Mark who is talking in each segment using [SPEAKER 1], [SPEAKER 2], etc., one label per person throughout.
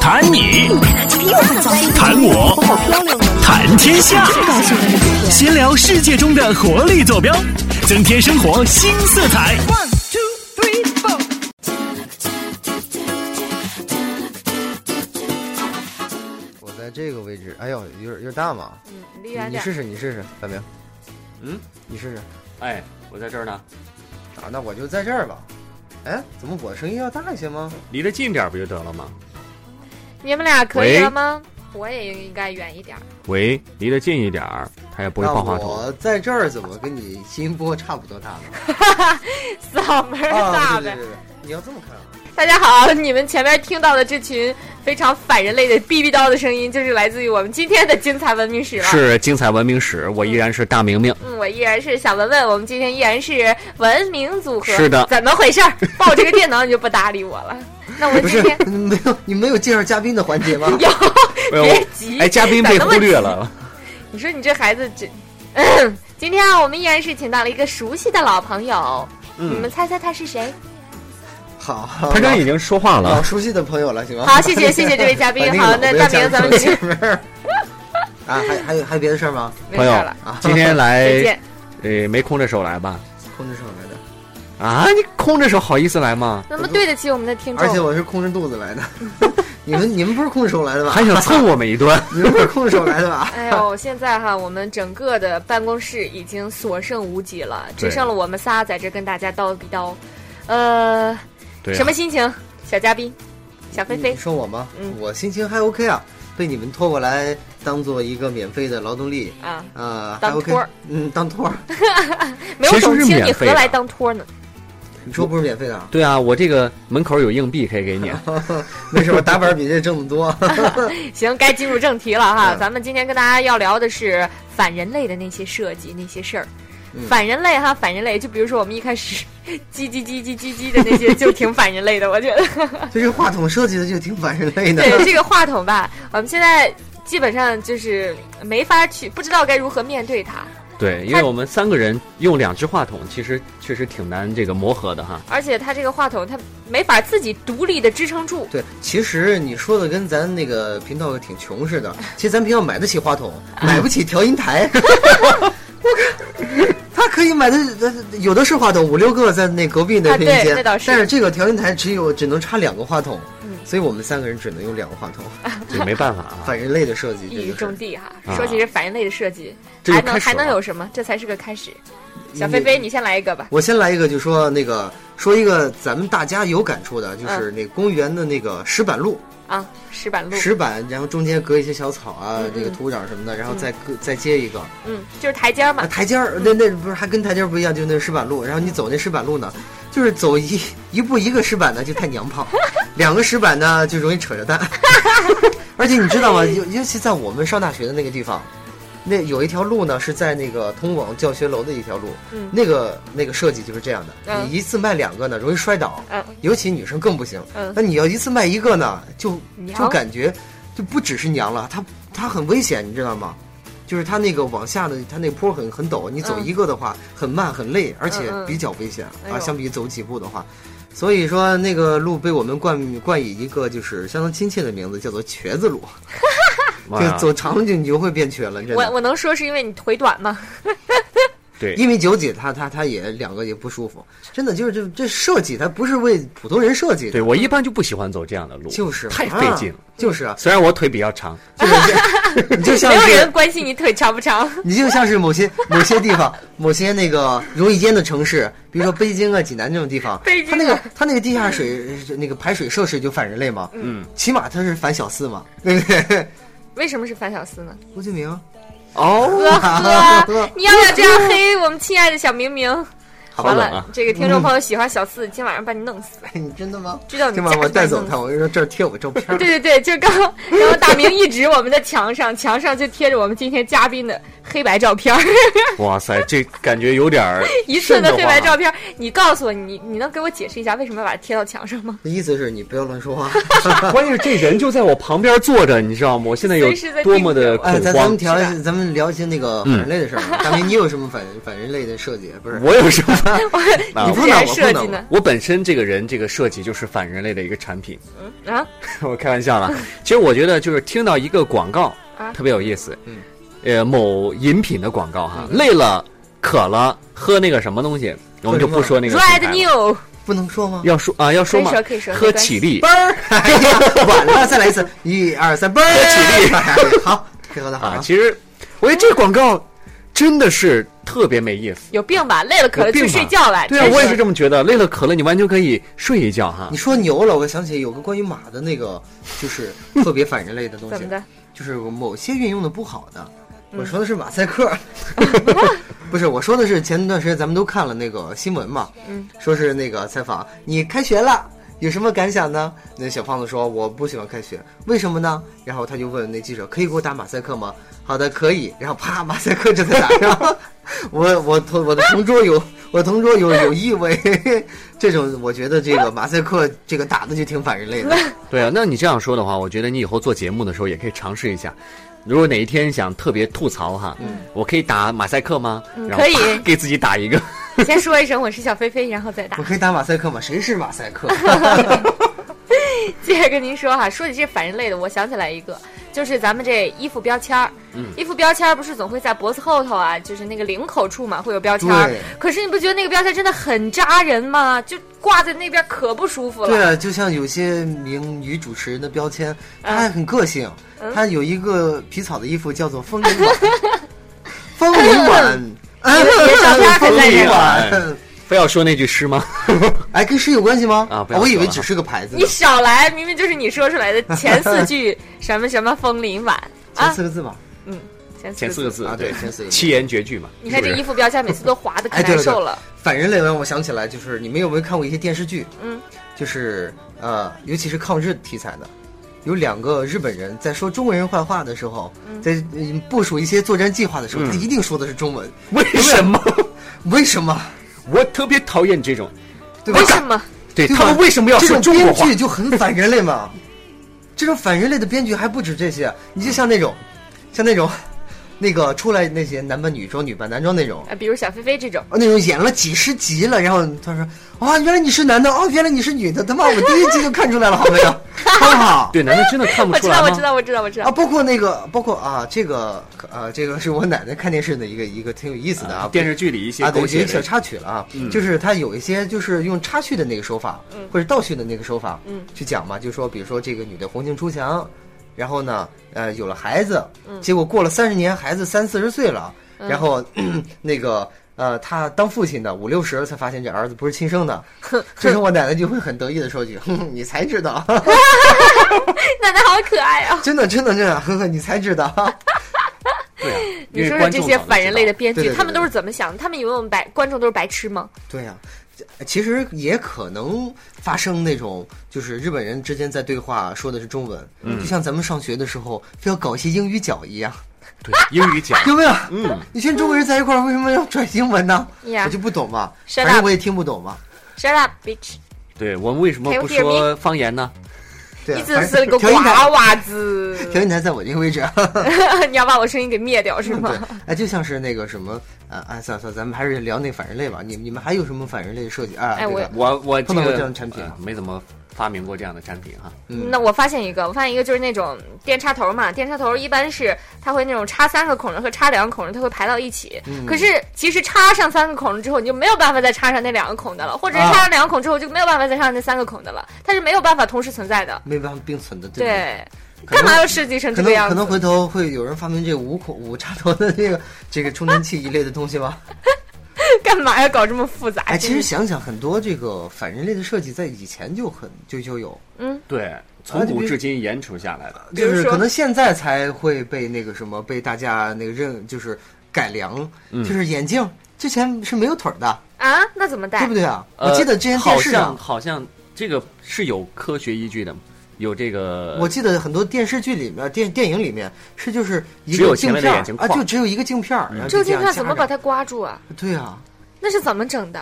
[SPEAKER 1] 谈你，谈我，谈天下，闲聊世界中的活力坐标，增添生活新色彩。
[SPEAKER 2] 我在这个位置，哎呦，有点有点大嘛。
[SPEAKER 3] 嗯，离
[SPEAKER 2] 你
[SPEAKER 3] 远
[SPEAKER 2] 你
[SPEAKER 3] 点
[SPEAKER 2] 试。试，你试试，大明，
[SPEAKER 4] 嗯，
[SPEAKER 2] 你试试
[SPEAKER 4] 哎，我在这儿呢，
[SPEAKER 2] 啊。那我就在这儿吧。哎，怎么我声音要大一些吗？
[SPEAKER 4] 离得近点儿不就得了吗？
[SPEAKER 3] 你们俩可以了吗？我也应该远一点儿。
[SPEAKER 4] 喂，离得近一点儿，他也不会
[SPEAKER 2] 那
[SPEAKER 4] 放话筒。
[SPEAKER 2] 我在这儿怎么跟你音波差不多大呢？
[SPEAKER 3] 嗓门儿
[SPEAKER 2] 啊，
[SPEAKER 3] 大
[SPEAKER 2] 对
[SPEAKER 3] 呗
[SPEAKER 2] 对。对对，你要这么看啊。
[SPEAKER 3] 大家好，你们前面听到的这群非常反人类的哔哔叨的声音，就是来自于我们今天的精彩文明史了。
[SPEAKER 4] 是啊精彩文明史，我依然是大 明明。
[SPEAKER 3] 嗯，我依然是小文文，我们今天依然是文明组合。
[SPEAKER 4] 是的
[SPEAKER 3] 怎么回事儿？抱这个电脑你就不搭理我 了？那我
[SPEAKER 2] 不
[SPEAKER 3] 今
[SPEAKER 2] 是
[SPEAKER 3] 天，
[SPEAKER 2] 没有你没有介绍嘉宾的环节吗？
[SPEAKER 3] 有
[SPEAKER 4] 哎呦
[SPEAKER 3] 别急，
[SPEAKER 4] 哎，嘉宾被忽略 了。
[SPEAKER 3] 你说你这孩子这， 今天啊，我们依然是请到了一个熟悉的老朋友，你
[SPEAKER 4] 嗯
[SPEAKER 3] 们，猜猜他是谁？
[SPEAKER 2] 好，
[SPEAKER 4] 他刚已经说话
[SPEAKER 2] 老
[SPEAKER 4] 了。
[SPEAKER 2] 熟悉的朋友了，行吗？
[SPEAKER 3] 好，谢谢谢谢这位嘉 宾
[SPEAKER 2] 把。
[SPEAKER 3] 好，那
[SPEAKER 2] 那个
[SPEAKER 3] 大明咱们去，
[SPEAKER 2] 老朋友叫什么啊，还还有还有别的事儿吗？
[SPEAKER 3] 没
[SPEAKER 4] 朋
[SPEAKER 3] 事
[SPEAKER 4] 友
[SPEAKER 3] 了，
[SPEAKER 2] 啊，
[SPEAKER 4] 今天
[SPEAKER 3] 再
[SPEAKER 4] 来，
[SPEAKER 3] 见。
[SPEAKER 4] 呃，没空着手来吧？
[SPEAKER 2] 空着手来的，
[SPEAKER 4] 啊，你空着手好意思来 吗？
[SPEAKER 3] 那么对得起我们的听
[SPEAKER 2] 而且
[SPEAKER 3] 众，
[SPEAKER 2] 我是空着肚子来的。 你们你们不是空着手来的吧？
[SPEAKER 4] 还想蹭我们一顿？
[SPEAKER 2] 你们不是空着手来 的吧？
[SPEAKER 3] 哎呦，现在哈，我们整个的办公室已经所剩无几了，只
[SPEAKER 4] 对
[SPEAKER 3] 剩了我们仨在这跟大家叨逼叨。呃，
[SPEAKER 4] 对啊
[SPEAKER 3] 什么心情？小嘉宾，小飞
[SPEAKER 2] 你
[SPEAKER 3] 飞，
[SPEAKER 2] 说我吗？
[SPEAKER 3] 嗯
[SPEAKER 2] 我心情还 OK 啊，被你们拖过来当做一个免费的劳动力，
[SPEAKER 3] 啊，
[SPEAKER 2] 啊，还
[SPEAKER 3] 当
[SPEAKER 2] OK，
[SPEAKER 3] 托儿
[SPEAKER 2] 嗯，当托儿，
[SPEAKER 3] 没有
[SPEAKER 4] 谁说
[SPEAKER 3] 董
[SPEAKER 4] 是
[SPEAKER 3] 卿，
[SPEAKER 4] 免
[SPEAKER 3] 你何
[SPEAKER 4] 费的
[SPEAKER 3] 来当托呢？
[SPEAKER 2] 你说不是免费的啊？
[SPEAKER 4] 对啊，我这个门口有硬币可以给你。
[SPEAKER 2] 没事，我打板比这挣得多。
[SPEAKER 3] 行，该进入正题了哈。
[SPEAKER 2] 嗯
[SPEAKER 3] 咱们今天跟大家要聊的是反人类的那些设计、那些事儿。
[SPEAKER 2] 嗯
[SPEAKER 3] 反人类哈，反人类，就比如说我们一开始 叽叽叽叽叽叽的那些，就挺反人类的。我觉得，
[SPEAKER 2] 就这话筒设计的就挺反人 类的。
[SPEAKER 3] 对这个话筒吧，我们现在基本上就是没法去，不知道该如何面对它。
[SPEAKER 4] 对，因为我们三个人用两只话筒，其实确实挺难这个磨合的哈。
[SPEAKER 3] 而且它这个话筒，它没法自己独立的支撑住。
[SPEAKER 2] 对，其实你说的跟咱那个频道挺穷似的。其实咱频道买得起话筒，买不起调音台。 我靠，他可以买的有的是话筒，五六个在那隔壁那
[SPEAKER 3] 啊
[SPEAKER 2] 配音
[SPEAKER 3] 对
[SPEAKER 2] 间，
[SPEAKER 3] 那倒是
[SPEAKER 2] 但是这个调音台只有只能插两个话筒，
[SPEAKER 3] 嗯
[SPEAKER 2] 所以我们三个人只能用两个话筒。
[SPEAKER 4] 这没办法 啊。
[SPEAKER 2] 反人类的设计，
[SPEAKER 3] 一语
[SPEAKER 2] 这就
[SPEAKER 3] 中
[SPEAKER 2] 是
[SPEAKER 3] 的哈，
[SPEAKER 4] 啊
[SPEAKER 3] 说起这反人类的设计，
[SPEAKER 4] 这就
[SPEAKER 3] 还
[SPEAKER 4] 开
[SPEAKER 3] 能
[SPEAKER 4] 始
[SPEAKER 3] 还能
[SPEAKER 4] 了
[SPEAKER 3] 有什么？这才是个开始。小飞飞，你先来一个吧。
[SPEAKER 2] 我先来一个，就说那个说一个咱们大家有感触的，就是那公园的那个石板路，
[SPEAKER 3] 啊，石板嗯路，
[SPEAKER 2] 石板，然后中间隔一些小草啊
[SPEAKER 3] 嗯嗯，
[SPEAKER 2] 这个土壤什么的，然后再隔再接一个。
[SPEAKER 3] 嗯，就是台阶儿嘛
[SPEAKER 2] 啊，。台阶儿那那不是还跟台阶儿不一样，就那石板路，然后你走那石板路呢，就是走一一步一个石板呢就太娘炮，两个石板呢就容易扯着蛋， 而且你知道吗？尤尤其在我们上大学的那个地方，那有一条路呢是在那个通往教学楼的一条路，
[SPEAKER 3] 嗯
[SPEAKER 2] 那个那个设计就是这样的，
[SPEAKER 3] 嗯
[SPEAKER 2] 你一次迈两个呢容易摔倒，
[SPEAKER 3] 嗯，
[SPEAKER 2] 尤其女生更不行，
[SPEAKER 3] 嗯
[SPEAKER 2] 那你要一次迈一个呢，就
[SPEAKER 3] 娘
[SPEAKER 2] 就感觉就不只是娘了，它它很危险，你知道吗？就是它那个往下的，它那坡很很陡，你走
[SPEAKER 3] 嗯
[SPEAKER 2] 一个的话、很慢很累，而且
[SPEAKER 3] 嗯嗯
[SPEAKER 2] 比较危险、
[SPEAKER 3] 哎呦
[SPEAKER 2] 啊，相比走几步的话。所以说，那个路被我们冠冠以一个就是相当亲切的名字，叫做瘸子路。
[SPEAKER 4] 哇
[SPEAKER 2] 就走长了就你就会变瘸了，真
[SPEAKER 3] 我
[SPEAKER 2] 的。
[SPEAKER 3] 我能说是因为你腿短吗？
[SPEAKER 4] 对，
[SPEAKER 2] 一米九几，他他他也两个也不舒服，真的就是这这设计，它不是为普通人设计
[SPEAKER 4] 对
[SPEAKER 2] 的，
[SPEAKER 4] 我一般就不喜欢走这样的路，
[SPEAKER 2] 就是
[SPEAKER 4] 太
[SPEAKER 2] 啊
[SPEAKER 4] 费劲了。
[SPEAKER 2] 就是啊，
[SPEAKER 4] 虽然我腿比较长，
[SPEAKER 2] 你 就像
[SPEAKER 3] 没有
[SPEAKER 2] 是
[SPEAKER 3] 人关心你腿长不长。
[SPEAKER 2] 你就像是某些某些地方， 某些那个容易淹的城市，比如说北京啊、济南这种地方，
[SPEAKER 3] 北京啊
[SPEAKER 2] 它那个它那个地下水那个排水设施就反人类嘛，
[SPEAKER 4] 嗯，
[SPEAKER 2] 起码它是反小四嘛， 对不对？
[SPEAKER 3] 为什么是反小四呢？
[SPEAKER 2] 郭敬明，
[SPEAKER 4] 哦，
[SPEAKER 3] 呵呵，你要不要这样黑我们亲爱的小明明？
[SPEAKER 2] 好
[SPEAKER 3] 完
[SPEAKER 2] 吧，
[SPEAKER 4] 冷
[SPEAKER 3] 了，
[SPEAKER 4] 啊
[SPEAKER 3] 这个听众朋友喜欢小四，今晚上把你弄死。
[SPEAKER 2] 你真的吗？
[SPEAKER 3] 知道你
[SPEAKER 2] 今晚
[SPEAKER 3] 家
[SPEAKER 2] 我带
[SPEAKER 3] 是
[SPEAKER 2] 走
[SPEAKER 3] 弄
[SPEAKER 2] 他，我跟你说这儿贴我照片儿，
[SPEAKER 3] 对对对，就是刚，然后大明一直我们的墙上，墙上就贴着我们今天嘉宾的黑白照片儿，
[SPEAKER 4] 哇塞，这感觉有点儿
[SPEAKER 3] 一寸的
[SPEAKER 4] 瘆
[SPEAKER 3] 黑
[SPEAKER 4] 得慌啊
[SPEAKER 3] 白照片儿。你告诉我，你你能给我解释一下为什么要把它贴到墙上吗？
[SPEAKER 2] 意思是你不要乱说话。
[SPEAKER 4] 关键是这人就在我旁边坐着，你知道吗？我现在有
[SPEAKER 3] 随时在
[SPEAKER 4] 多么的恐
[SPEAKER 2] 哎，咱咱
[SPEAKER 4] 慌嗯
[SPEAKER 2] 们。聊一
[SPEAKER 3] 是
[SPEAKER 2] 下，咱们聊一些那个反人类的事儿吧。大明，你有什么反反人类的设计？不是，
[SPEAKER 4] 我有什么？啊
[SPEAKER 2] 你
[SPEAKER 3] 既
[SPEAKER 2] 不能
[SPEAKER 3] 然
[SPEAKER 2] 我
[SPEAKER 3] 设
[SPEAKER 2] 不
[SPEAKER 3] 计
[SPEAKER 2] 能
[SPEAKER 3] 呢？
[SPEAKER 4] 我本身这个人这个设计就是反人类的一个产品，
[SPEAKER 3] 啊，
[SPEAKER 4] 我开玩 笑了。其实我觉得就是听到一个广告
[SPEAKER 3] 啊
[SPEAKER 4] 特别有意思
[SPEAKER 2] 嗯，
[SPEAKER 4] 呃，某饮品的广告
[SPEAKER 3] 嗯
[SPEAKER 4] 哈，累了渴了喝那个什么东西，我们就不说那个品牌
[SPEAKER 3] Red
[SPEAKER 4] 了
[SPEAKER 3] New
[SPEAKER 2] 不能说吗？
[SPEAKER 4] 要说啊要说嘛
[SPEAKER 3] 可以说可以说，
[SPEAKER 4] 喝
[SPEAKER 3] 没关系。
[SPEAKER 4] 起立
[SPEAKER 2] 嘣儿，哎呀，晚了，再来一次，一二三，嘣儿，
[SPEAKER 4] 起立
[SPEAKER 2] 立，好，配合的好
[SPEAKER 4] 啊，。其实我觉得这广告真的是特别没意思。
[SPEAKER 3] 有病吧？累了渴了
[SPEAKER 4] 有病
[SPEAKER 3] 去
[SPEAKER 4] 吧
[SPEAKER 3] 睡觉了。
[SPEAKER 4] 对啊，我也是这么觉得。累了渴了，你完全可以睡一觉哈
[SPEAKER 2] 你。说牛了，我想起有个关于马的那个，就是特别反人类的 东
[SPEAKER 3] 怎
[SPEAKER 2] 西
[SPEAKER 3] 么，的？
[SPEAKER 2] 就是某些运用的不好的。
[SPEAKER 3] 嗯
[SPEAKER 2] 我说的是马 赛克，不是我说的是前段时间咱们都看了那个新闻嘛，
[SPEAKER 3] 嗯，
[SPEAKER 2] 说是那个采访你开学了。有什么感想呢？那小胖子说：“我不喜欢开学，为什么呢？”然后他就问那记者：“可以给我打马赛克吗？”“好的，可以。”然后啪，马赛克就在打上。 我我同我的同桌有 我同桌有有异味， 这种我觉得这个马赛克这个打的就挺反人 类的。
[SPEAKER 4] 对啊，那你这样说的话，我觉得你以后做节目的时候也可以尝试一下。如果哪一天想特别吐槽哈，我可以打马赛克吗？
[SPEAKER 3] 嗯
[SPEAKER 4] 然后
[SPEAKER 3] 可以
[SPEAKER 4] 啪给自己打一个。
[SPEAKER 3] 先说一声我是小飞飞，然后再打
[SPEAKER 2] 我。可以打马赛克吗？谁是马赛克？
[SPEAKER 3] 接着跟您说哈，说起这反人类的，我想起来一个，就是咱们这衣服标签儿。
[SPEAKER 4] 嗯
[SPEAKER 3] 衣服标签儿不是总会在脖子后头啊，就是那个领口处嘛，会有标签儿
[SPEAKER 2] 对。
[SPEAKER 3] 可是你不觉得那个标签真的很扎人吗？就挂在那边可不舒服
[SPEAKER 2] 对
[SPEAKER 3] 了。
[SPEAKER 2] 啊，就像有些名女主持人的标签，她还很个性，
[SPEAKER 3] 嗯
[SPEAKER 2] 她有一个皮草的衣服叫做风铃 碗，风铃碗，哎
[SPEAKER 3] 你的照片还
[SPEAKER 2] 风
[SPEAKER 3] 在
[SPEAKER 2] 铃
[SPEAKER 3] 这儿，啊
[SPEAKER 2] 碗，
[SPEAKER 4] 非要说那句诗吗？
[SPEAKER 2] 哎，跟诗有关系吗？
[SPEAKER 4] 啊不要
[SPEAKER 2] 我以
[SPEAKER 4] 说
[SPEAKER 2] 为
[SPEAKER 4] 了
[SPEAKER 2] 只是个牌子呢
[SPEAKER 3] 你，少来，明明就是你说出来的前四句什么什么风铃碗
[SPEAKER 2] 前
[SPEAKER 3] 啊
[SPEAKER 2] 四，个字吧，
[SPEAKER 3] 嗯，前四
[SPEAKER 4] 前四个字
[SPEAKER 2] 啊，对，前四个字。
[SPEAKER 4] 七言绝句嘛。
[SPEAKER 3] 你看
[SPEAKER 4] 是
[SPEAKER 3] 这
[SPEAKER 4] 不是
[SPEAKER 3] 衣服标签每次都划的可
[SPEAKER 2] 哎对
[SPEAKER 3] 难
[SPEAKER 2] 了
[SPEAKER 3] 受
[SPEAKER 2] 对
[SPEAKER 3] 了。
[SPEAKER 2] 反人类文，我想起来，就是你们有没有看过一些电视剧？
[SPEAKER 3] 嗯，
[SPEAKER 2] 就是呃，尤其是抗日题材的，有两个日本人在说中国人坏话的时候，在嗯部署一些作战计划的时候，
[SPEAKER 4] 嗯
[SPEAKER 2] 他一定说的是中文，
[SPEAKER 4] 为什么？
[SPEAKER 2] 为什么？
[SPEAKER 4] 我特别讨厌这种，
[SPEAKER 2] 对吧
[SPEAKER 3] 为？什么？
[SPEAKER 4] 对
[SPEAKER 2] 对吧
[SPEAKER 4] 他们为什么要
[SPEAKER 2] 这
[SPEAKER 4] 说
[SPEAKER 2] 种
[SPEAKER 4] 中国
[SPEAKER 2] 编
[SPEAKER 4] 话？
[SPEAKER 2] 剧就很反人类嘛？这种反人类的编剧还不止这些，你就像那种，像那种，那个出来那些男扮女装、女扮男装那种，
[SPEAKER 3] 啊，比如小飞飞这种，
[SPEAKER 2] 那种演了几十集了，然后他说啊，原来你是男的，哦，原来你是女的，他妈我第一集就看出来了，好没有？ 好不好？
[SPEAKER 4] 对，难道真的看不
[SPEAKER 3] 我
[SPEAKER 4] 出
[SPEAKER 3] 知
[SPEAKER 4] 来
[SPEAKER 3] 道，
[SPEAKER 4] 吗？
[SPEAKER 3] 我知道，我知道，我知
[SPEAKER 2] 啊，
[SPEAKER 3] 道。
[SPEAKER 2] 包括那个，包括啊，这个啊，这个是我奶奶看电视的一个一个挺有意思的啊，
[SPEAKER 4] 电视剧里一些
[SPEAKER 2] 啊，对，
[SPEAKER 4] 狗
[SPEAKER 2] 有
[SPEAKER 4] 血
[SPEAKER 2] 些
[SPEAKER 4] 的嗯
[SPEAKER 2] 小插曲了啊，就是他有一些就是用插叙的那个手法，或者倒叙的那个手法，
[SPEAKER 3] 嗯
[SPEAKER 2] 去讲嘛，就说比如说这个女的红杏出墙，然后呢，呃，有了孩子，
[SPEAKER 4] 嗯
[SPEAKER 2] 结果过了三十年，孩子三四十岁了，然后 那个。呃，他当父亲的五六十了才发现这儿子不是亲生 的，这时候我奶奶就会很得意的说一句：“哼，你才知 道，
[SPEAKER 3] 奶奶好可爱啊！
[SPEAKER 2] 真的真的真的，呵呵，你才知道。”
[SPEAKER 4] 对 啊，
[SPEAKER 3] 你
[SPEAKER 4] 因为
[SPEAKER 3] 说说
[SPEAKER 4] 观
[SPEAKER 3] 这
[SPEAKER 4] 众
[SPEAKER 3] 些
[SPEAKER 4] 早就
[SPEAKER 3] 反
[SPEAKER 4] 知
[SPEAKER 3] 人
[SPEAKER 4] 道
[SPEAKER 3] 类的编
[SPEAKER 2] 对
[SPEAKER 3] 剧，
[SPEAKER 2] 对对
[SPEAKER 3] 他们
[SPEAKER 2] 对
[SPEAKER 3] 都是怎么想的？他们以为我们白观众都是白痴吗？
[SPEAKER 2] 对呀、其实也可能发生那种，就是日本人之间在对话说的是中文，
[SPEAKER 3] 嗯
[SPEAKER 2] 就像咱们上学的时候非要搞一些英语 角一样，
[SPEAKER 4] 对英语讲，
[SPEAKER 2] 有没有？
[SPEAKER 4] 嗯，
[SPEAKER 2] 你跟中国人在一块儿，为什么要转英文呢
[SPEAKER 3] Yeah
[SPEAKER 2] 我就不懂嘛，
[SPEAKER 3] 啊 Shut
[SPEAKER 2] 反正
[SPEAKER 3] up
[SPEAKER 2] 我也听不懂嘛。
[SPEAKER 3] Shut up, bitch！
[SPEAKER 4] 对我们为什么
[SPEAKER 3] Can you
[SPEAKER 4] 不
[SPEAKER 3] hear
[SPEAKER 4] 说方言呢？
[SPEAKER 2] 对、
[SPEAKER 3] 你
[SPEAKER 2] 啊，
[SPEAKER 3] 真
[SPEAKER 2] 反
[SPEAKER 3] 是
[SPEAKER 2] 正
[SPEAKER 3] 个
[SPEAKER 2] 调音
[SPEAKER 3] 瓜
[SPEAKER 2] 台，
[SPEAKER 3] 娃子！
[SPEAKER 2] 调音台在我这个位置。
[SPEAKER 3] 你要把我声音给灭掉是吗
[SPEAKER 2] 对？，哎，就像是那个什么，啊啊，算了算了，咱们还是聊那反人类吧。你你们还有什么反人类的设计啊？
[SPEAKER 3] 哎
[SPEAKER 2] 这个
[SPEAKER 3] 我
[SPEAKER 4] 我我这
[SPEAKER 2] 碰到过
[SPEAKER 4] 个
[SPEAKER 2] 这样的产品
[SPEAKER 4] 呃没怎么发明过这样的产品哈。
[SPEAKER 2] 嗯
[SPEAKER 3] 那我发现一个，我发现一个就是那种电插头嘛，电插头一般是它会那种插三个孔人和插两个孔人，它会排到一起。
[SPEAKER 2] 嗯
[SPEAKER 3] 可是其实插上三个孔人之后，你就没有办法再插上那两个孔的了，或者是
[SPEAKER 2] 啊
[SPEAKER 3] 插上两个孔之后就没有办法再插上那三个孔的了，它是没有办法同时存在的。
[SPEAKER 2] 没办法并存的，对不对
[SPEAKER 3] 对，
[SPEAKER 2] 可能
[SPEAKER 3] 干嘛要设计成
[SPEAKER 2] 可
[SPEAKER 3] 这个
[SPEAKER 2] 能
[SPEAKER 3] 样
[SPEAKER 2] 可
[SPEAKER 3] 子
[SPEAKER 2] 能？回头会有人发明这个五孔五插头的这个 这个充电器一类的东西吧。
[SPEAKER 3] 干嘛要搞这么复杂？
[SPEAKER 2] 哎，其
[SPEAKER 3] 真
[SPEAKER 2] 实
[SPEAKER 3] 是
[SPEAKER 2] 想想，很多这个反人类的设计在以前就很就就有，
[SPEAKER 3] 嗯，
[SPEAKER 4] 对，
[SPEAKER 2] 啊
[SPEAKER 4] 从古至今延迟下来的。
[SPEAKER 3] 比
[SPEAKER 2] 就
[SPEAKER 3] 如
[SPEAKER 2] 是
[SPEAKER 3] 说
[SPEAKER 2] 可能现在才会被那个什么被大家那个认就是改良，
[SPEAKER 4] 嗯
[SPEAKER 2] 就是眼镜之前是没有腿儿的，
[SPEAKER 3] 啊，那怎么戴？
[SPEAKER 2] 对不对啊？
[SPEAKER 4] 呃
[SPEAKER 2] 我记得之前
[SPEAKER 4] 好
[SPEAKER 2] 电视上
[SPEAKER 4] 像好像这个是有科学依据的，有这个，
[SPEAKER 2] 我记得很多电视剧里面、电电影里面是就是一
[SPEAKER 4] 只
[SPEAKER 2] 个
[SPEAKER 4] 有
[SPEAKER 2] 镜
[SPEAKER 4] 前面
[SPEAKER 2] 片
[SPEAKER 4] 的
[SPEAKER 2] 儿
[SPEAKER 4] 眼睛
[SPEAKER 2] 啊，
[SPEAKER 4] 框嗯
[SPEAKER 2] 就只有一个镜片儿，然后
[SPEAKER 3] 这
[SPEAKER 2] 就
[SPEAKER 3] 个
[SPEAKER 2] 这
[SPEAKER 3] 镜
[SPEAKER 2] 样
[SPEAKER 3] 片怎么
[SPEAKER 2] 夹
[SPEAKER 3] 把
[SPEAKER 2] 着
[SPEAKER 3] 它刮住啊？
[SPEAKER 2] 对啊，
[SPEAKER 3] 那是怎么整的？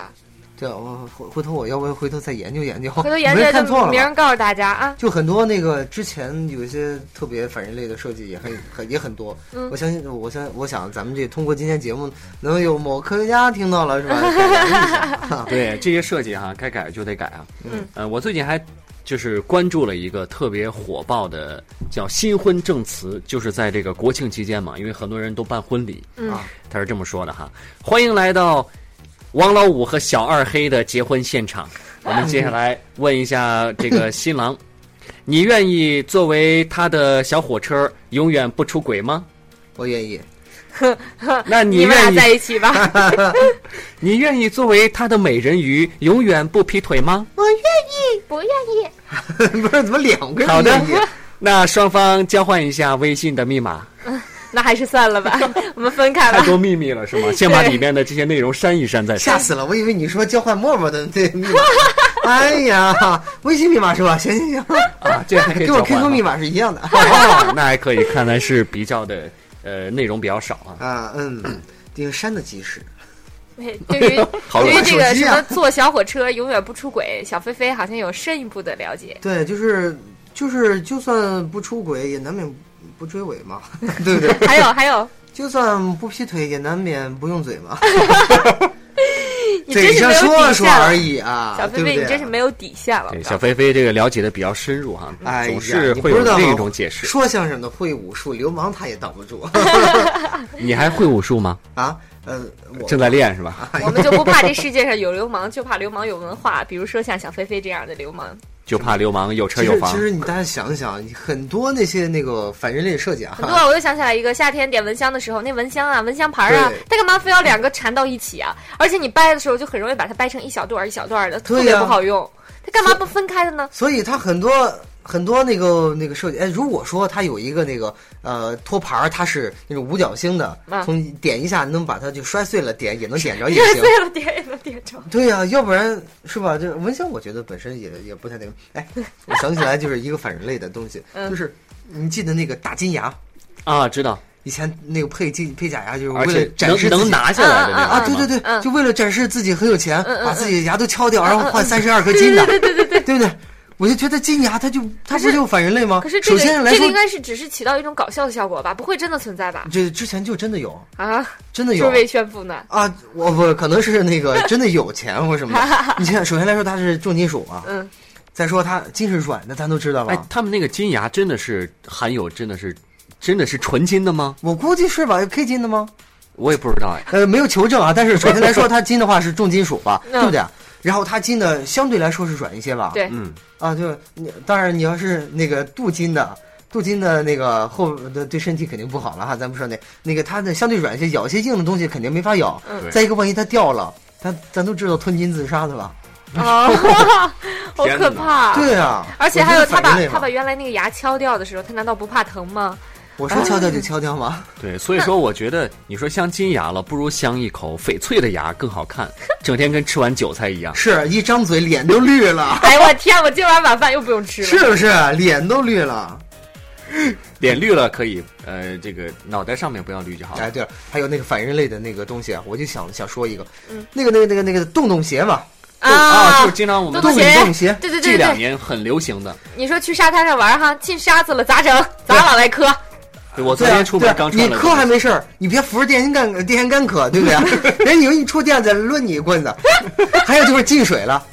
[SPEAKER 2] 对啊，我回回头我要不要回头再研究研究？
[SPEAKER 3] 回头研
[SPEAKER 2] 没
[SPEAKER 3] 究
[SPEAKER 2] 看错
[SPEAKER 3] 就
[SPEAKER 2] 了
[SPEAKER 3] 明
[SPEAKER 2] 吧。
[SPEAKER 3] 儿告诉大家啊。
[SPEAKER 2] 就很多那个之前有一些特别反人类的设计也很很也很多，
[SPEAKER 3] 嗯
[SPEAKER 2] 我相信，我相我想咱们这通过今天节目，能有某科学家听到了是吧？改良一下哈
[SPEAKER 4] 对这些设计哈、该改就得改啊。
[SPEAKER 3] 嗯，
[SPEAKER 4] 呃，我最近还就是关注了一个特别火爆的叫“新婚证词”，就是在这个国庆期间嘛，因为很多人都办婚礼，
[SPEAKER 3] 嗯
[SPEAKER 2] 啊
[SPEAKER 4] 他是这么说的哈：欢迎来到王老五和小二黑的结婚现场。我们接下来问一下这个新郎， 你愿意作为他的小火车永远不出轨吗？
[SPEAKER 2] 我愿意。
[SPEAKER 4] 那你
[SPEAKER 3] 你们
[SPEAKER 4] 愿
[SPEAKER 3] 俩
[SPEAKER 4] 意
[SPEAKER 3] 在一起吧。
[SPEAKER 2] 啊
[SPEAKER 4] 你愿意作为他的美人鱼永远不劈腿吗？
[SPEAKER 3] 我愿意， 不愿意。
[SPEAKER 2] 不是怎么两个人
[SPEAKER 4] 好的
[SPEAKER 2] 愿意
[SPEAKER 4] 那双方交换一下微信的密码，
[SPEAKER 3] 那还是算了 吧，我们分开
[SPEAKER 4] 太
[SPEAKER 3] 吧。
[SPEAKER 4] 多秘密了是吗？先把里面的这些内容删一删再说
[SPEAKER 2] 吓。死了！我以为你说交换陌陌的那密码。 哎呀，微信密码是吧？行行行，
[SPEAKER 4] 啊，这还可以
[SPEAKER 2] 跟我
[SPEAKER 4] 交换
[SPEAKER 2] QQ 密
[SPEAKER 4] 啊
[SPEAKER 2] 码是一样的
[SPEAKER 4] 哦那还可以，看来是比较的呃内容比较少啊。
[SPEAKER 2] 啊。嗯，这个删的及时。
[SPEAKER 3] 对对 于
[SPEAKER 4] 好
[SPEAKER 3] 对于这个
[SPEAKER 2] 手机
[SPEAKER 3] 什
[SPEAKER 2] 啊
[SPEAKER 3] 么坐小火车永远不出轨，小飞飞好像有深一步的了解。
[SPEAKER 2] 对，就是就是，就算不出轨，也难免不追尾嘛， 对不对？
[SPEAKER 3] 还有还 有，
[SPEAKER 2] 就算不劈腿，也难免不用嘴嘛，
[SPEAKER 3] 你真
[SPEAKER 2] 嘴
[SPEAKER 3] 是
[SPEAKER 2] 上
[SPEAKER 3] 没有
[SPEAKER 2] 说
[SPEAKER 3] 底
[SPEAKER 2] 说
[SPEAKER 3] 线
[SPEAKER 2] 而
[SPEAKER 3] 了。
[SPEAKER 2] 已啊，
[SPEAKER 3] 小
[SPEAKER 2] 对
[SPEAKER 3] 飞
[SPEAKER 2] 不
[SPEAKER 3] 飞，
[SPEAKER 2] 对？
[SPEAKER 3] 你真是没有底线了。啊
[SPEAKER 4] 对，小飞飞这个了解的比较深入哈，
[SPEAKER 2] 哎呀
[SPEAKER 4] 总是会
[SPEAKER 2] 你不
[SPEAKER 4] 有
[SPEAKER 2] 知道吗
[SPEAKER 4] 另一种解释。
[SPEAKER 2] 说相声的会武术，流氓他也挡不 住
[SPEAKER 4] 你还会武术吗？
[SPEAKER 2] 啊。呃，我
[SPEAKER 4] 正在练是
[SPEAKER 2] 啊
[SPEAKER 4] 吧？
[SPEAKER 3] 我们就不怕这世界上有流氓，就怕流氓有文化。比如说像小飞飞这样的流氓，
[SPEAKER 4] 就怕流氓有车
[SPEAKER 2] 其
[SPEAKER 4] 有
[SPEAKER 2] 实
[SPEAKER 4] 房
[SPEAKER 2] 其。实你大家想想，很多那些那个反人类设计啊，
[SPEAKER 3] 很多我又想起来一个夏天点蚊香的时候，那蚊香啊、蚊香牌啊
[SPEAKER 2] 对，
[SPEAKER 3] 它干嘛非要两个缠到一起啊？而且你掰的时候就很容易把它掰成一小段儿一小段儿的，特
[SPEAKER 2] 对
[SPEAKER 3] 别
[SPEAKER 2] 呀
[SPEAKER 3] 不好用。它干嘛不分开的呢？
[SPEAKER 2] 所以它很多很多那个那个设计，哎，如果说它有一个那个呃托盘儿，它是那种五角星的
[SPEAKER 3] 啊，
[SPEAKER 2] 从点一下能把它就摔碎了，点也能点着哎也
[SPEAKER 3] 摔
[SPEAKER 2] 行。啊
[SPEAKER 3] 碎了点也能点着。
[SPEAKER 2] 对呀、要不然是吧？这蚊香我觉得本身也也不太那个。哎，我想起来就是一个反人类的东西，
[SPEAKER 3] 嗯
[SPEAKER 2] 就是你记得那个大金牙，
[SPEAKER 4] 啊，知道，
[SPEAKER 2] 以前那个配金配假牙就是
[SPEAKER 4] 而
[SPEAKER 2] 为了
[SPEAKER 4] 且
[SPEAKER 2] 展示
[SPEAKER 4] 能
[SPEAKER 2] 自己
[SPEAKER 4] 能拿下来的那种
[SPEAKER 2] 啊，
[SPEAKER 4] 是
[SPEAKER 2] 对
[SPEAKER 4] 吗
[SPEAKER 2] 对对，
[SPEAKER 3] 嗯
[SPEAKER 2] 就为了展示自己很有钱，
[SPEAKER 3] 嗯嗯嗯
[SPEAKER 2] 把自己的牙都敲掉，然后换三十二颗金的，对对对对，对不对？我就觉得金牙它就它不
[SPEAKER 3] 可是
[SPEAKER 2] 就反人类吗？
[SPEAKER 3] 可是这
[SPEAKER 2] 首
[SPEAKER 3] 个
[SPEAKER 2] 先来
[SPEAKER 3] 这个
[SPEAKER 2] 说
[SPEAKER 3] 应，该是只是起到一种搞笑的效果吧，不会真的存在吧？
[SPEAKER 2] 这之前就真的有，
[SPEAKER 3] 啊，
[SPEAKER 2] 真的
[SPEAKER 3] 就是
[SPEAKER 2] 有
[SPEAKER 3] 为炫富呢。
[SPEAKER 2] 啊！我不可能是那个 真的有钱或什么的。你看，首先来说它是重金属啊，
[SPEAKER 3] 嗯，
[SPEAKER 2] 再说它金是软的，咱都知道
[SPEAKER 4] 哎
[SPEAKER 2] 吧，？
[SPEAKER 4] 他们那个金牙真的是含有，真的是，真的是纯金的吗？
[SPEAKER 2] 我估计是吧？K 金的吗？
[SPEAKER 4] 我也不知道哎。
[SPEAKER 2] 呃，没有求证啊，但是首先来说，它金的话是重金属吧，
[SPEAKER 3] 嗯
[SPEAKER 2] 对不对？然后它金的相对来说是软一些吧？
[SPEAKER 3] 对，
[SPEAKER 4] 嗯，
[SPEAKER 2] 啊，就是你，当然你要是那个镀金的，镀金的那个后的对身体肯定不好了哈。咱不说那那个它的相对软一些，咬一些硬的东西肯定没法咬。
[SPEAKER 3] 嗯
[SPEAKER 2] 再一个，万一它掉了，咱咱都知道吞金自杀的吧？
[SPEAKER 3] 啊，好
[SPEAKER 4] 天
[SPEAKER 3] 可
[SPEAKER 4] 哪
[SPEAKER 3] 怕。
[SPEAKER 2] 对啊，
[SPEAKER 3] 而且还有
[SPEAKER 2] 我觉
[SPEAKER 3] 他
[SPEAKER 2] 得反
[SPEAKER 3] 把
[SPEAKER 2] 人类嘛
[SPEAKER 3] 他把原来那个牙敲掉的时候，他难道不怕疼吗？
[SPEAKER 2] 我
[SPEAKER 3] 啊
[SPEAKER 2] 说敲掉就敲掉嘛，
[SPEAKER 4] 对，所以说我觉得你说镶金牙了，不如镶一口翡翠的牙更好 看，整天跟吃完韭菜一 样。
[SPEAKER 2] 是一张嘴脸都绿了，
[SPEAKER 3] 哎我天，我今晚晚饭又不用吃了。
[SPEAKER 2] 是不是？脸都绿了。
[SPEAKER 4] 脸绿了可以，呃，这个脑袋上面不要绿就好
[SPEAKER 2] 哎，
[SPEAKER 4] 了。
[SPEAKER 2] 对了，还有那个反人类的那个东西啊，我就想想说一个，
[SPEAKER 3] 嗯
[SPEAKER 2] 那个那个那个那个洞洞鞋嘛，
[SPEAKER 4] 啊，
[SPEAKER 3] 啊
[SPEAKER 4] 就，经常我们
[SPEAKER 3] 洞
[SPEAKER 2] 洞
[SPEAKER 3] 鞋
[SPEAKER 2] 洞洞鞋，
[SPEAKER 3] 对对
[SPEAKER 4] 这
[SPEAKER 3] 对
[SPEAKER 4] 两
[SPEAKER 3] 对，
[SPEAKER 4] 年很流行的。
[SPEAKER 3] 你说去沙滩上玩哈，进沙子了咋 整？咋往外磕？
[SPEAKER 4] 对我昨
[SPEAKER 2] 对啊，
[SPEAKER 4] 天出
[SPEAKER 2] 对
[SPEAKER 4] 门
[SPEAKER 2] 啊
[SPEAKER 4] 刚，
[SPEAKER 2] 你
[SPEAKER 4] 穿了，
[SPEAKER 2] 磕还没事儿，你别扶着电线杆电线杆磕，对不 对？人以为你触电再抡你一棍子。还有就是进水了，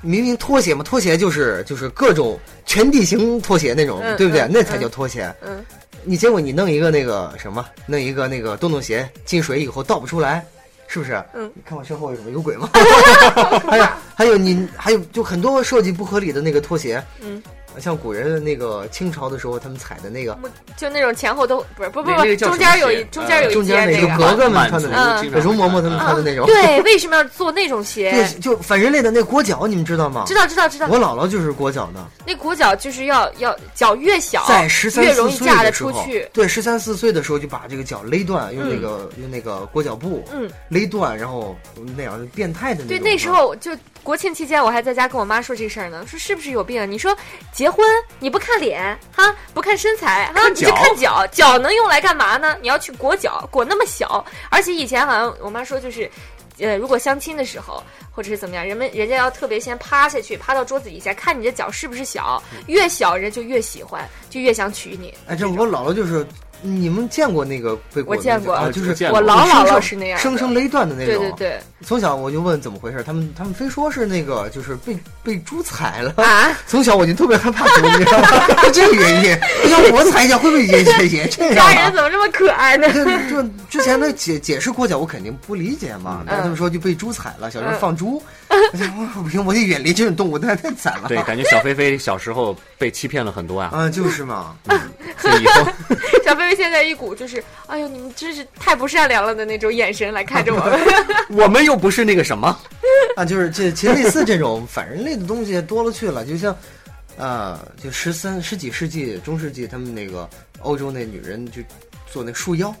[SPEAKER 2] 明明拖鞋嘛，拖鞋就是就是各种全地形拖鞋那种，
[SPEAKER 3] 嗯
[SPEAKER 2] 对不对？
[SPEAKER 3] 嗯
[SPEAKER 2] 那才叫拖鞋。
[SPEAKER 3] 嗯，
[SPEAKER 2] 你结果你弄一个那个什么，弄一个那个洞洞鞋，进水以后倒不出来，是不是？
[SPEAKER 3] 嗯
[SPEAKER 2] 你看我身后有什么有鬼吗？ 还有还有你还有就很多设计不合理的那个拖鞋，
[SPEAKER 3] 嗯，
[SPEAKER 2] 像古人的那个清朝的时候他们踩的那个。
[SPEAKER 3] 嗯就那种前后都不是不不
[SPEAKER 4] 那那
[SPEAKER 3] 不，
[SPEAKER 4] 个叫
[SPEAKER 3] 中间
[SPEAKER 4] 什么
[SPEAKER 3] 有
[SPEAKER 4] 鞋
[SPEAKER 3] 一中间有
[SPEAKER 2] 嗯中
[SPEAKER 3] 一
[SPEAKER 2] 间
[SPEAKER 3] 节
[SPEAKER 2] 那个
[SPEAKER 3] 那
[SPEAKER 2] 格
[SPEAKER 3] 个。
[SPEAKER 2] 格们穿的
[SPEAKER 4] 满
[SPEAKER 2] 那种，
[SPEAKER 4] 族经常
[SPEAKER 2] 容嬷嬷他们
[SPEAKER 4] 看
[SPEAKER 2] 穿的那种，
[SPEAKER 3] 啊对，为什么要做那种鞋？
[SPEAKER 2] 对，就反人类的那裹脚，你们知道吗
[SPEAKER 3] 知？道知道知道，
[SPEAKER 2] 我姥姥就是裹脚的，
[SPEAKER 3] 那裹脚就是要要脚越小，
[SPEAKER 2] 在十三
[SPEAKER 3] 越容
[SPEAKER 2] 四
[SPEAKER 3] 易
[SPEAKER 2] 岁
[SPEAKER 3] 架得
[SPEAKER 2] 的时
[SPEAKER 3] 出
[SPEAKER 2] 候
[SPEAKER 3] 去，。
[SPEAKER 2] 对，十三四岁的时候就把这个脚勒断，用那个用那个裹脚布
[SPEAKER 3] 嗯，
[SPEAKER 2] 勒断，然后那样变态的那
[SPEAKER 3] 对，
[SPEAKER 2] 种。
[SPEAKER 3] 那时候就国庆期间我还在家跟我妈说这事儿呢，说是不是有病？啊你说结婚你不看脸哈，不看身材哈，
[SPEAKER 4] 看
[SPEAKER 3] 你
[SPEAKER 4] 脚
[SPEAKER 3] 就看脚，脚能用来干嘛呢？你要去裹脚，裹那么小，而且以前好像我妈说就是。呃，如果相亲的时候，或者是怎么样，人们人家要特别先趴下去，趴到桌子底下，看你的脚是不是小，
[SPEAKER 2] 嗯
[SPEAKER 3] 越小人就越喜欢，就越想娶你。
[SPEAKER 2] 哎，这我姥姥就是，你们见过那个被裹
[SPEAKER 3] 我
[SPEAKER 2] 的
[SPEAKER 3] 见
[SPEAKER 2] 那
[SPEAKER 3] 过
[SPEAKER 2] 种啊，
[SPEAKER 4] 我
[SPEAKER 2] 就
[SPEAKER 4] 我
[SPEAKER 2] 是
[SPEAKER 4] 见
[SPEAKER 3] 我
[SPEAKER 4] 过
[SPEAKER 3] 老姥姥
[SPEAKER 2] 生
[SPEAKER 3] 是那样的，
[SPEAKER 2] 生生勒断的那
[SPEAKER 3] 对
[SPEAKER 2] 种。
[SPEAKER 3] 对对
[SPEAKER 2] 从小我就问怎么回事，他们他们非说是那个就是被被猪 踩了。
[SPEAKER 3] 啊，
[SPEAKER 2] 从小我就特别害怕猪，你知道吗？就这个原因，要我踩一下会不会也也也 这样
[SPEAKER 3] 家
[SPEAKER 2] 啊
[SPEAKER 3] 人？怎么这么可爱呢？
[SPEAKER 2] 就就之前那解解释裹脚，我肯定不理解嘛。
[SPEAKER 3] 嗯
[SPEAKER 2] 然后他们说就被猪踩了，小时候放猪，我想我不行，我得远离这种动物，太太惨了。
[SPEAKER 4] 对，感觉小菲菲小时候被欺骗了很多啊，
[SPEAKER 2] 啊，就是嘛，
[SPEAKER 4] 所以以后
[SPEAKER 3] 小贝贝现在一股就是，哎呦，你们真是太不善良了的那种眼神来看 着我们。
[SPEAKER 4] 我们又不是那个什么，
[SPEAKER 2] 啊，就是这其实类似这种反人类的东西多了去了，就像，呃，就十三十几世纪中世纪他们那个欧洲那女人就做那束腰，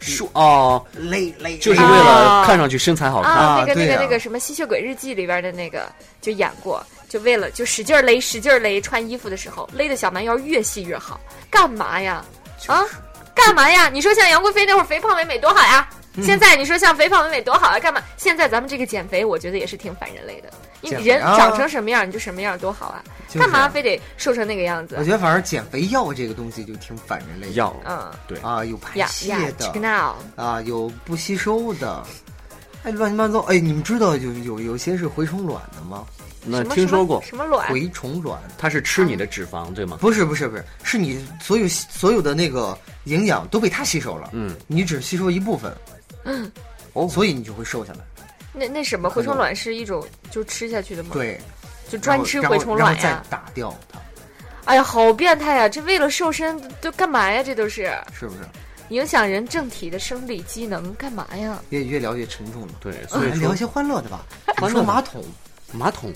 [SPEAKER 4] 树哦，
[SPEAKER 3] 嗯
[SPEAKER 2] 勒勒，
[SPEAKER 4] 就是为
[SPEAKER 2] 勒
[SPEAKER 4] 了看上去身材好看。
[SPEAKER 3] 啊，那个、
[SPEAKER 2] 对
[SPEAKER 3] 那
[SPEAKER 2] 呀
[SPEAKER 3] 个那个什么《吸血鬼日记》里边的那个就演过，就为了就使劲儿勒，使劲儿勒，穿衣服的时候勒的小蛮腰越细越好，干嘛呀？啊，干嘛呀？你说像杨贵妃那会儿肥胖美美多好呀？
[SPEAKER 2] 嗯
[SPEAKER 3] 现在你说像肥胖美美多好啊？干嘛？现在咱们这个减肥，我觉得也是挺反人类的。你
[SPEAKER 2] 减肥
[SPEAKER 3] 人
[SPEAKER 2] 啊
[SPEAKER 3] 长成什么样你就什么样，多好啊！
[SPEAKER 2] 就是
[SPEAKER 3] 干嘛非得瘦成那个样子
[SPEAKER 2] 我？觉得反正减肥药这个东西就挺反人类的，
[SPEAKER 4] 要
[SPEAKER 3] 嗯，
[SPEAKER 2] 啊，有排
[SPEAKER 3] 呀
[SPEAKER 2] 泄
[SPEAKER 3] 呀
[SPEAKER 2] 的
[SPEAKER 3] ，check now。
[SPEAKER 2] 啊，有不吸收的，哎，乱七八糟。哎，你们知道有有有些是蛔虫卵的吗？
[SPEAKER 4] 那
[SPEAKER 3] 什么
[SPEAKER 4] 听说过，
[SPEAKER 3] 什么什么卵？
[SPEAKER 2] 蛔虫卵
[SPEAKER 4] 它是吃你的脂肪对吗？
[SPEAKER 2] 不是不是不是，是你所有所有的那个营养都被它吸收了，
[SPEAKER 4] 嗯，
[SPEAKER 2] 你只吸收一部分，
[SPEAKER 3] 嗯
[SPEAKER 4] 哦嗯
[SPEAKER 2] 所以你就会瘦下来。
[SPEAKER 3] 那那什么蛔虫卵是一种就吃下去的吗？，
[SPEAKER 2] 对，
[SPEAKER 3] 就
[SPEAKER 2] 然
[SPEAKER 3] 专
[SPEAKER 2] 后
[SPEAKER 3] 吃
[SPEAKER 2] 然后
[SPEAKER 3] 蛔虫卵
[SPEAKER 2] 然后
[SPEAKER 3] 呀
[SPEAKER 2] 再。打掉它，
[SPEAKER 3] 哎呀，好变态呀！这为了瘦身都干嘛呀？这都是
[SPEAKER 2] 是不是？
[SPEAKER 3] 影响人正体的生理机能，干嘛呀？
[SPEAKER 2] 越越聊越沉重了。
[SPEAKER 4] 对，
[SPEAKER 3] 啊
[SPEAKER 2] 我
[SPEAKER 4] 所以
[SPEAKER 2] 们聊
[SPEAKER 4] 说
[SPEAKER 2] 一些欢乐的吧，你
[SPEAKER 4] 欢乐
[SPEAKER 2] 说
[SPEAKER 4] 的
[SPEAKER 2] 马桶
[SPEAKER 4] 马桶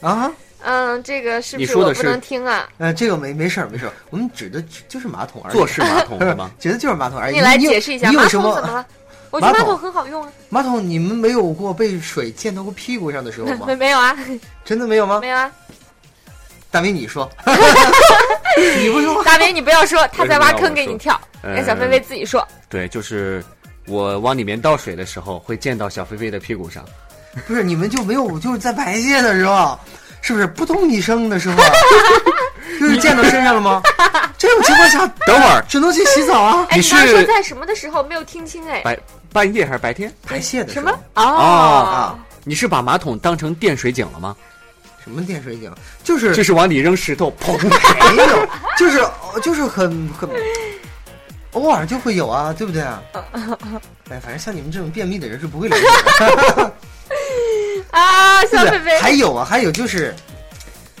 [SPEAKER 2] 啊？
[SPEAKER 3] 嗯，这个是不
[SPEAKER 4] 你
[SPEAKER 3] 是
[SPEAKER 4] 说的
[SPEAKER 3] 我
[SPEAKER 4] 是
[SPEAKER 3] 不能听啊？
[SPEAKER 2] 呃，这个没没事儿没事儿，我们指的就是马桶而已。
[SPEAKER 4] 坐式嗯马桶 对吗？
[SPEAKER 2] 觉得就是马桶而已。
[SPEAKER 3] 你来
[SPEAKER 2] 有
[SPEAKER 3] 解释一下，
[SPEAKER 2] 哎你
[SPEAKER 3] 马
[SPEAKER 2] 有
[SPEAKER 3] 桶
[SPEAKER 2] 什
[SPEAKER 3] 怎
[SPEAKER 2] 么
[SPEAKER 3] 么了？我觉得
[SPEAKER 2] 马
[SPEAKER 3] 马
[SPEAKER 2] 桶
[SPEAKER 3] 桶很好用啊，
[SPEAKER 2] 马桶？你们没有过被水溅到过屁股上的时候
[SPEAKER 3] 没
[SPEAKER 2] 吗？
[SPEAKER 3] 没有 啊，
[SPEAKER 2] 真的没有吗
[SPEAKER 3] 没？有啊。
[SPEAKER 2] 大明，你说， 你不说，
[SPEAKER 3] 大伟，你不要说，他在挖坑给你跳，哎
[SPEAKER 4] 为什么要我说
[SPEAKER 3] 让小
[SPEAKER 2] 嗯
[SPEAKER 3] 飞飞自己说。
[SPEAKER 4] 对，就是我往里面倒水的时候，会溅到小菲菲的屁股上。
[SPEAKER 2] 不是你们就没有就是在排泄的时候，是不是扑通一声的 时候，就是溅到身上了吗？这种情况下
[SPEAKER 4] 等会儿
[SPEAKER 2] 只能去洗澡啊，
[SPEAKER 3] 哎，
[SPEAKER 4] 你
[SPEAKER 3] 你刚才说
[SPEAKER 4] 是
[SPEAKER 3] 在什么的时候没有听清？哎，
[SPEAKER 4] 白半夜还是白天？
[SPEAKER 2] 排泄的时
[SPEAKER 3] 什
[SPEAKER 2] 候
[SPEAKER 3] 么？
[SPEAKER 2] 啊
[SPEAKER 4] 哦
[SPEAKER 3] 哦？
[SPEAKER 4] 你是把马桶当成电水井了吗？
[SPEAKER 2] 什么电水井，就是
[SPEAKER 4] 就是往里扔石头，砰！
[SPEAKER 2] 没有，就是哦就是很很偶尔就会有啊，对不对啊？哎，反正像你们这种便秘的人是 不会来的。
[SPEAKER 3] 啊，小
[SPEAKER 2] 对
[SPEAKER 3] 飞
[SPEAKER 2] 不对？
[SPEAKER 3] 飞，
[SPEAKER 2] 还有啊，还有就是，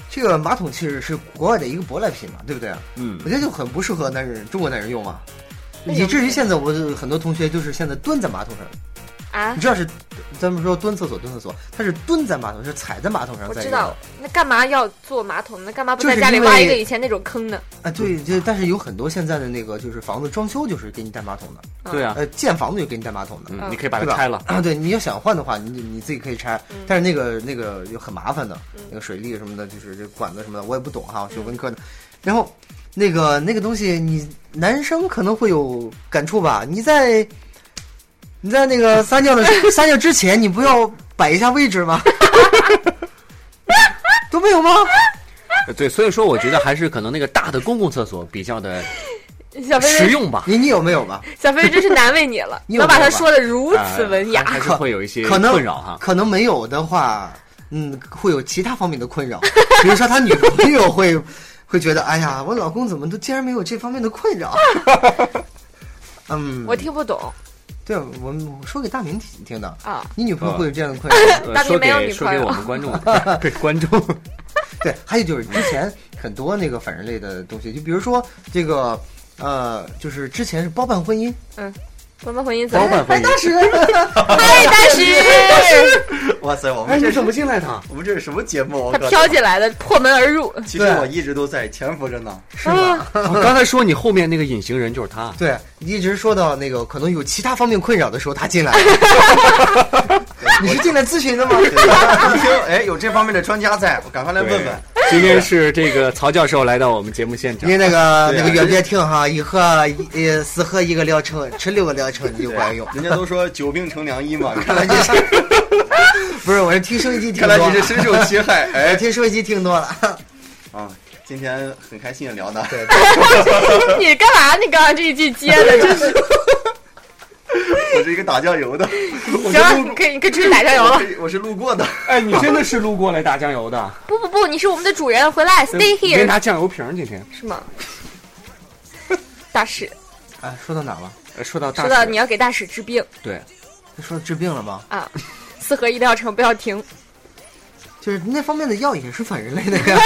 [SPEAKER 2] 这个马桶其实是国外的一个舶来品嘛，对不对？啊
[SPEAKER 4] 嗯
[SPEAKER 2] 我觉得就很不适合男人中国男人用嘛，
[SPEAKER 3] 为什么
[SPEAKER 2] 以至于现在我很多同学就是现在蹲在马桶上，
[SPEAKER 3] 哎啊
[SPEAKER 2] 你，知道是，咱们说蹲厕所蹲厕所，他是蹲在马桶，是踩在马桶上
[SPEAKER 3] 我
[SPEAKER 2] 在
[SPEAKER 3] 知
[SPEAKER 2] 用。
[SPEAKER 3] 道，那干嘛要做马桶呢？干嘛不
[SPEAKER 2] 就是
[SPEAKER 3] 在家里
[SPEAKER 2] 因为
[SPEAKER 3] 挖一个以前那种坑呢？
[SPEAKER 2] 啊，对，就但是有很多现在的那个就是房子装修就是给你带马桶的，
[SPEAKER 4] 对啊，
[SPEAKER 2] 呃，建房子就给你带马桶的。
[SPEAKER 4] 嗯，
[SPEAKER 3] 嗯
[SPEAKER 4] 你可以把
[SPEAKER 2] 对
[SPEAKER 4] 它
[SPEAKER 2] 吧
[SPEAKER 4] 拆了。
[SPEAKER 2] 啊，对，你要想换的话，你你自己可以拆，但是那个那个就很麻烦的，那个水利什么的，就是这管子什么的，我也不懂哈，我学文科的。然后那个那个东西，你男生可能会有感触吧？你在你在那个撒尿的时候 撒尿之前，你不要摆一下位置吗？ 都没有吗？
[SPEAKER 4] 呃对，所以说我觉得还是可能那个大的公共厕所比较的
[SPEAKER 3] 小飞
[SPEAKER 4] 实
[SPEAKER 3] 飞，
[SPEAKER 4] 用吧，
[SPEAKER 2] 你你有没有吧？
[SPEAKER 3] 小飞飞真是难为你了，
[SPEAKER 2] 你有
[SPEAKER 3] 能把
[SPEAKER 2] 没
[SPEAKER 3] 他
[SPEAKER 2] 有吧啊
[SPEAKER 3] 说的 如
[SPEAKER 4] 呃
[SPEAKER 3] 此文雅。
[SPEAKER 4] 还还是会有一些
[SPEAKER 2] 可能
[SPEAKER 4] 困扰哈。
[SPEAKER 2] 可能没有的话，嗯，会有其他方面的困扰， 比如说他女朋友会会觉得，哎呀，我老公怎么都竟然没有这方面的困扰。 嗯，
[SPEAKER 3] 我听不懂
[SPEAKER 2] 对我我说给大明听听的，
[SPEAKER 3] 啊，
[SPEAKER 2] 你女朋友会有这样的困扰。
[SPEAKER 4] 呃
[SPEAKER 3] 大明
[SPEAKER 4] 说
[SPEAKER 3] 没有
[SPEAKER 4] 给
[SPEAKER 3] 女
[SPEAKER 4] 说
[SPEAKER 3] 朋
[SPEAKER 4] 给
[SPEAKER 3] 友
[SPEAKER 4] 我们观 众，给观 众，
[SPEAKER 2] 对，还有就是之前很多那个反人类的东西，就比如说这个。呃，就是之前是包办婚姻，
[SPEAKER 3] 我们婚姻怎么？
[SPEAKER 2] 哎，当 时，
[SPEAKER 3] 嗨，大师，
[SPEAKER 5] 哇塞，我
[SPEAKER 4] 哎，
[SPEAKER 5] 们
[SPEAKER 4] 你
[SPEAKER 5] 这
[SPEAKER 4] 怎
[SPEAKER 5] 是
[SPEAKER 4] 么进来的？
[SPEAKER 5] 我们这是什么节目？我
[SPEAKER 3] 他
[SPEAKER 5] 靠！
[SPEAKER 3] 飘进来的，破门而入。啊
[SPEAKER 5] 其实
[SPEAKER 2] 对
[SPEAKER 5] 我一直都在潜伏 着呢。
[SPEAKER 2] 是吗？
[SPEAKER 4] 我刚才说你后面那个隐形人就是他，
[SPEAKER 2] 对，一直说到那个可能有其他方面困扰的时候，他进来了，你是进来咨询的吗？
[SPEAKER 5] 一听哎有这方面的专家在，我赶快来问问。
[SPEAKER 4] 今天是这个曹教授来到我们节目现场
[SPEAKER 2] 因为，那个
[SPEAKER 5] 对
[SPEAKER 2] 那
[SPEAKER 5] 啊
[SPEAKER 2] 个原别听哈，一喝呃四喝一个疗程，吃六个疗程你就管用。
[SPEAKER 5] 人家都说久病成良医嘛， 看来你是，
[SPEAKER 2] 不是，我是听收音机听
[SPEAKER 5] 看
[SPEAKER 2] 多
[SPEAKER 5] 来你是
[SPEAKER 2] 了，
[SPEAKER 5] 深受其害。
[SPEAKER 2] 我
[SPEAKER 5] 哎，
[SPEAKER 2] 听收音机听多了。
[SPEAKER 5] 啊，今天很开心的聊呢。
[SPEAKER 3] 你干嘛？你刚刚这一句接的，真是
[SPEAKER 5] 我是一个打酱油的，我
[SPEAKER 3] 行了，
[SPEAKER 5] 是
[SPEAKER 3] 你
[SPEAKER 5] 路
[SPEAKER 3] 可以你可以出去打酱油
[SPEAKER 5] 我
[SPEAKER 2] 嗯
[SPEAKER 3] 了。
[SPEAKER 5] 是我是路过的。
[SPEAKER 4] 哎，你真的是路过来打酱 油的？
[SPEAKER 3] 不不不，你是我们的主人，回来
[SPEAKER 2] 嗯
[SPEAKER 3] stay
[SPEAKER 4] 别
[SPEAKER 3] here
[SPEAKER 4] 拿酱油瓶儿，今天
[SPEAKER 3] 是吗？大使，
[SPEAKER 2] 啊，说到哪儿了？
[SPEAKER 4] 呃说到大
[SPEAKER 3] 说到
[SPEAKER 4] 使
[SPEAKER 3] 你要给大使治病
[SPEAKER 4] 对，
[SPEAKER 2] 哎说治病了吗？
[SPEAKER 3] 啊，四合一疗程不要停。
[SPEAKER 2] 就是那方面的药也是反人类的 呀。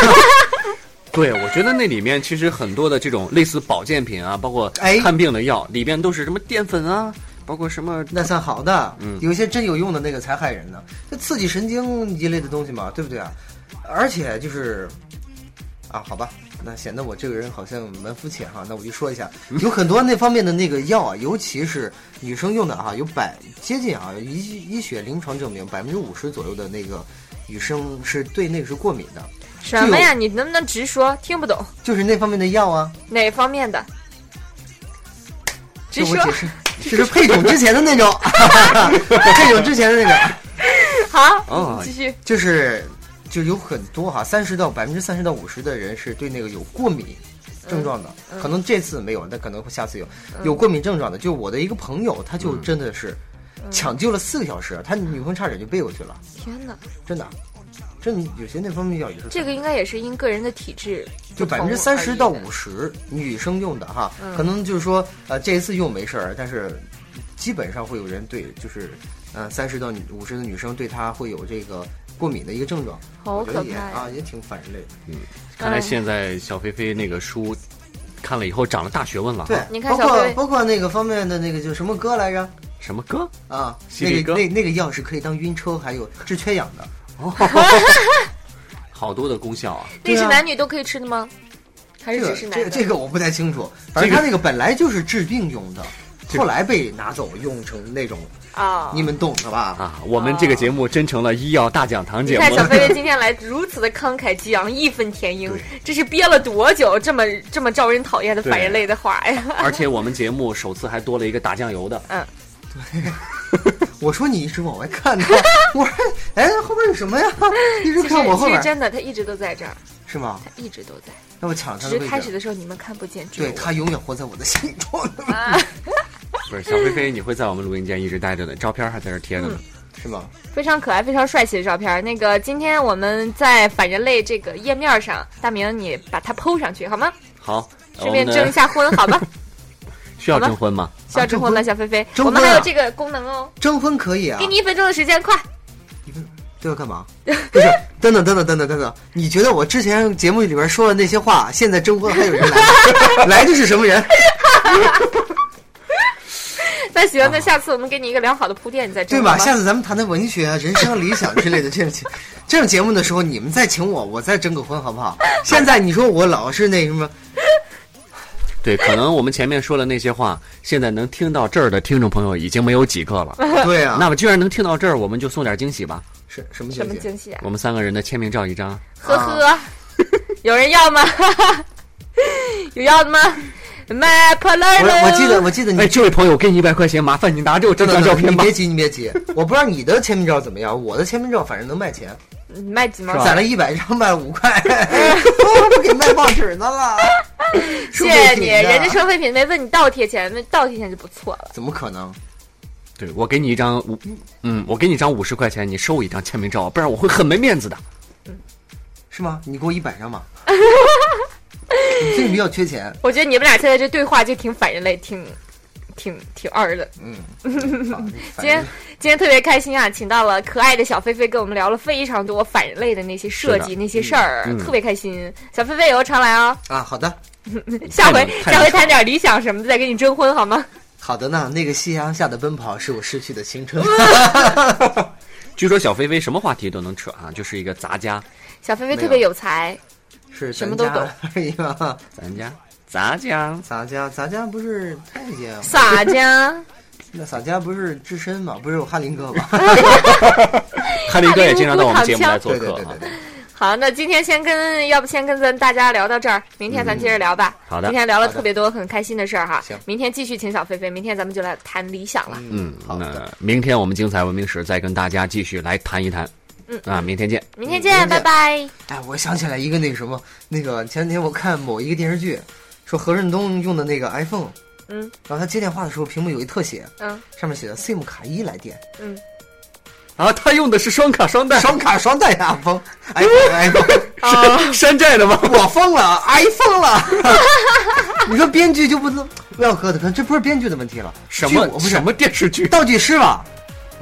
[SPEAKER 4] 对，我觉得那里面其实很多的这种类似保健品啊，包括
[SPEAKER 2] 哎
[SPEAKER 4] 看病的药，里边都是什么淀粉啊，包括什么
[SPEAKER 2] 呃那算好的，
[SPEAKER 4] 嗯
[SPEAKER 2] 有一些真有用的那个才害人呢，就刺激神经一类的东西嘛，对不对啊？而且就是，啊，好吧，那显得我这个人好像蛮肤浅哈，那我就说一下，有很多那方面的那个药啊，尤其是女生用的啊，有百接近啊，医医学临床证明百分之五十左右的那个女生是对那个是过敏的，
[SPEAKER 3] 什么呀？你能不能直说？听不懂
[SPEAKER 2] 就是那方面的药啊，
[SPEAKER 3] 哪方面的？直
[SPEAKER 2] 这我
[SPEAKER 3] 说。
[SPEAKER 2] 解释，就是配种之前的那种， 配种之前的那种。
[SPEAKER 3] 好，
[SPEAKER 4] 哦
[SPEAKER 3] 继续。
[SPEAKER 2] 就是就有很多哈，三十到百分之三十到五十的人是对那个有过敏
[SPEAKER 3] 嗯
[SPEAKER 2] 症状的，可能这次没有，但可能会下次有、有过敏症状的。就我的一个朋友，他就真的是
[SPEAKER 3] 嗯
[SPEAKER 2] 抢救了四个小时，他女朋友差点就背过去了，
[SPEAKER 3] 天哪，
[SPEAKER 2] 真的。真的有些那方面药也是
[SPEAKER 3] 这个应该也是因个人的体质
[SPEAKER 2] 就
[SPEAKER 3] 不
[SPEAKER 2] 百
[SPEAKER 3] 同而
[SPEAKER 2] 分之
[SPEAKER 3] 异的。
[SPEAKER 2] 三十到五十女生用的哈，
[SPEAKER 3] 嗯
[SPEAKER 2] 可能就是说呃这一次用没事儿，但是基本上会有人对就是呃三十到五十的女生对它会有这个过敏的一个症状，
[SPEAKER 3] 好
[SPEAKER 2] 我觉得
[SPEAKER 3] 可
[SPEAKER 2] 也
[SPEAKER 3] 怕呀
[SPEAKER 2] 啊也挺反人类的。
[SPEAKER 4] 看
[SPEAKER 3] 嗯
[SPEAKER 4] 来现在小飞飞那个书看了以后长了大学问了哈。
[SPEAKER 2] 对，
[SPEAKER 3] 你看
[SPEAKER 2] 包
[SPEAKER 3] 小
[SPEAKER 2] 括
[SPEAKER 3] 龟
[SPEAKER 2] 包括那个方面的那个叫什么歌来着？
[SPEAKER 4] 什么歌？
[SPEAKER 2] 啊，
[SPEAKER 4] 犀利
[SPEAKER 2] 那个
[SPEAKER 4] 哥
[SPEAKER 2] 那那个药是可以当晕车，还有治缺氧的。
[SPEAKER 4] 好多的功效啊！
[SPEAKER 3] 那
[SPEAKER 2] 对
[SPEAKER 3] 是
[SPEAKER 2] 啊
[SPEAKER 3] 男女都可以吃的吗？还
[SPEAKER 2] 这
[SPEAKER 3] 是
[SPEAKER 2] 个
[SPEAKER 3] 只是男
[SPEAKER 2] 这
[SPEAKER 3] 的？
[SPEAKER 2] 这个我不太清楚，反正他那个本来就是治病用的，后来被拿走用成那种，
[SPEAKER 3] 啊，
[SPEAKER 2] 你们懂的吧？
[SPEAKER 4] 啊，我们这个节目真成了医药大讲堂
[SPEAKER 3] 哦你
[SPEAKER 4] 节
[SPEAKER 3] 看
[SPEAKER 4] 目
[SPEAKER 3] 小。飞飞今天来如此的慷慨激昂，义愤填膺，这是憋了多久这么这么招人讨厌的反人类的话呀？
[SPEAKER 4] 而且我们节目首次还多了一个打酱油的，
[SPEAKER 2] 我说你一直往外看呢，我说哎后边有什么呀？一直
[SPEAKER 3] 其实
[SPEAKER 2] 看我后
[SPEAKER 3] 其实
[SPEAKER 2] 边
[SPEAKER 3] 真的，他一直都在这儿，
[SPEAKER 2] 是吗？
[SPEAKER 3] 他一直都在，
[SPEAKER 2] 那我抢了他
[SPEAKER 3] 只
[SPEAKER 2] 的
[SPEAKER 3] 是开
[SPEAKER 2] 位
[SPEAKER 3] 始
[SPEAKER 2] 置。
[SPEAKER 3] 的时候你们看不见，只有
[SPEAKER 2] 对
[SPEAKER 3] 我
[SPEAKER 2] 他永远活在我的心中，
[SPEAKER 3] 啊
[SPEAKER 4] 不是小飞
[SPEAKER 3] 嗯
[SPEAKER 4] 飞，你会在我们录音间一直待着的，照片还在这贴着呢。
[SPEAKER 2] 是吗？
[SPEAKER 3] 非常可爱、非常帅气的照片。那个，今天我们在反人类这个页面上，大明你把它 PO 上去好吗？
[SPEAKER 4] 好，
[SPEAKER 2] 哦
[SPEAKER 3] 顺便
[SPEAKER 4] 我们呢
[SPEAKER 3] 征一下婚好吗？
[SPEAKER 4] 需要征婚吗？
[SPEAKER 3] 需要征婚吗？
[SPEAKER 2] 啊
[SPEAKER 3] 小飞飞，
[SPEAKER 2] 征
[SPEAKER 3] 我
[SPEAKER 2] 婚啊
[SPEAKER 3] 们还有这个功能哦，
[SPEAKER 2] 征婚可以啊，
[SPEAKER 3] 给你一分钟的时间，快！
[SPEAKER 2] 这要干嘛？不是， 等等等等等等等等，你觉得我之前节目里边说的那些话，现在征婚还有人来 吗？来的是什么人？
[SPEAKER 3] 那行，那下次我们给你一个良好的铺垫，你再征
[SPEAKER 2] 对
[SPEAKER 3] 婚
[SPEAKER 2] 吧？
[SPEAKER 3] 好吗
[SPEAKER 2] 下次咱们谈谈文学啊、人生、理想之类的这种节这种节目的时候，你们再请我，我再征个婚好不 好？现在你说我老是那什么，
[SPEAKER 4] 对，可能我们前面说的那些话，现在能听到这儿的听众朋友已经没有几个了。
[SPEAKER 3] 嗯
[SPEAKER 2] 对啊，
[SPEAKER 4] 那么，既然能听到这儿，我们就送点惊喜吧。
[SPEAKER 2] 是什么
[SPEAKER 3] 什么
[SPEAKER 2] 情节？
[SPEAKER 3] 惊喜啊？
[SPEAKER 4] 我们三个人的签名照一张。
[SPEAKER 3] 呵呵，
[SPEAKER 2] 啊
[SPEAKER 3] 有人要吗？ 有要的吗？My p o l a
[SPEAKER 2] 我我记得我记得
[SPEAKER 3] 嗯
[SPEAKER 2] 你
[SPEAKER 4] 哎，。这位朋友，给你一百块钱，麻烦你拿着我这
[SPEAKER 2] 等等
[SPEAKER 4] 张
[SPEAKER 2] 等
[SPEAKER 4] 照
[SPEAKER 2] 等
[SPEAKER 4] 片
[SPEAKER 2] 你
[SPEAKER 4] 吧
[SPEAKER 2] 别。急，你别急，我不知道你的签名照怎么样，我的签名照反正能卖钱，
[SPEAKER 3] 嗯卖几毛
[SPEAKER 4] 是吧
[SPEAKER 3] 钱？
[SPEAKER 2] 攒了一百张，卖了 五块， 我不给卖报纸的了。
[SPEAKER 3] 谢
[SPEAKER 2] 谢
[SPEAKER 3] 谢你，人家收废品没问你倒贴钱，问倒贴钱就不错了。
[SPEAKER 2] 怎么可能？
[SPEAKER 4] 对，我给你一张五，嗯，我给你一张五十块钱，你收我一张签名照，不然我会很没面子的。
[SPEAKER 2] 是吗？你给我一百 张吧。你最近比较缺钱，
[SPEAKER 3] 我觉得你们俩现在这对话就挺反人类，挺挺挺二的。
[SPEAKER 2] 嗯。
[SPEAKER 3] 今天今天特别开心啊，请到了可爱的小菲菲，跟我们聊了非常多反人类的那些设
[SPEAKER 4] 是
[SPEAKER 3] 计、那些事儿，
[SPEAKER 4] 嗯
[SPEAKER 3] 特别开心。小菲菲以后常来哦，
[SPEAKER 2] 啊，好的，
[SPEAKER 3] 下回
[SPEAKER 4] 太能
[SPEAKER 3] 下回谈点理想什么的，再跟你征婚好吗？
[SPEAKER 2] 好的呢。那个夕阳下的奔跑是我逝去的青 春。
[SPEAKER 4] 据说小飞飞什么话题都能扯啊，就是一个杂家，
[SPEAKER 3] 小菲菲
[SPEAKER 2] 没
[SPEAKER 3] 特
[SPEAKER 2] 有
[SPEAKER 3] 别有才，
[SPEAKER 2] 是
[SPEAKER 3] 什
[SPEAKER 2] 咱
[SPEAKER 3] 么都
[SPEAKER 2] 家 哎
[SPEAKER 3] 懂
[SPEAKER 2] 而已嘛。
[SPEAKER 4] 咱家杂家。
[SPEAKER 2] 咱家咱家不是太监吗，
[SPEAKER 3] 洒家
[SPEAKER 2] 那洒家不是智深嘛，不是有哈林哥嘛？
[SPEAKER 4] 哈林哥也经常到我们节目来做
[SPEAKER 2] 对对
[SPEAKER 4] 客
[SPEAKER 2] 对
[SPEAKER 4] 啊
[SPEAKER 2] 对。对，
[SPEAKER 3] 好，那今天先跟，要不先跟咱大家聊到这儿，明天咱接着聊吧。
[SPEAKER 4] 好的
[SPEAKER 3] 今天聊了
[SPEAKER 2] 好的
[SPEAKER 3] 特别多很开心的事儿哈。
[SPEAKER 2] 行
[SPEAKER 3] 明天继续请小飞飞，明天咱们就来谈理想了。
[SPEAKER 4] 嗯，
[SPEAKER 2] 好的，
[SPEAKER 4] 那明天我们精彩文明史再跟大家继续来谈一谈。
[SPEAKER 3] 嗯
[SPEAKER 4] 啊，明天见。
[SPEAKER 3] 明天
[SPEAKER 2] 嗯
[SPEAKER 3] 见，
[SPEAKER 2] 明天
[SPEAKER 3] 拜
[SPEAKER 2] 见
[SPEAKER 3] 拜。
[SPEAKER 2] 哎，我想起来一个那个什么，那个前两天我看某一个电视剧，说何润东用的那个 iPhone，
[SPEAKER 3] 嗯，
[SPEAKER 2] 然后他接电话的时候屏幕有一特写，
[SPEAKER 3] 嗯
[SPEAKER 2] 上面写的 SIM 卡一来电，
[SPEAKER 3] 嗯，
[SPEAKER 4] 啊，他用的是双卡双待，
[SPEAKER 2] 双卡双待啊，疯，iPhone iPhone，
[SPEAKER 3] 哦，
[SPEAKER 4] 山寨的吗？
[SPEAKER 2] 哎我疯了，iPhone 了。 你说编剧就不能不要磕的，可这不是编剧的问题了，
[SPEAKER 4] 什
[SPEAKER 2] 剧我
[SPEAKER 4] 么
[SPEAKER 2] 不是
[SPEAKER 4] 什么电视剧？
[SPEAKER 2] 道具师了。